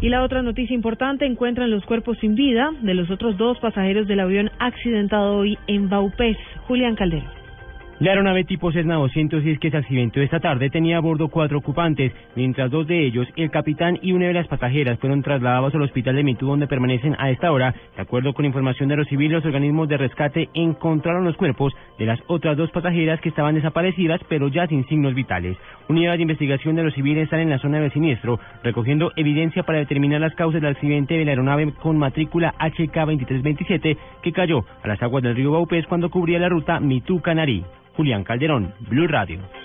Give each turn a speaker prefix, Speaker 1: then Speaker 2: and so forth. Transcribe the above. Speaker 1: Y la otra noticia importante, encuentran los cuerpos sin vida de los otros dos pasajeros del avión accidentado hoy en Baupés. Julián Calderón.
Speaker 2: La aeronave tipo Cessna 206 que se accidentó esta tarde tenía a bordo cuatro ocupantes, mientras dos de ellos, el capitán y una de las pasajeras, fueron trasladados al hospital de Mitú, donde permanecen a esta hora. De acuerdo con información de los civiles, los organismos de rescate encontraron los cuerpos de las otras dos pasajeras que estaban desaparecidas, pero ya sin signos vitales. Unidades de investigación de los civiles están en la zona del siniestro, recogiendo evidencia para determinar las causas del accidente de la aeronave con matrícula HK2327 que cayó a las aguas del río Baupés cuando cubría la ruta Mitú-Canarí. Julián Calderón, Blue Radio.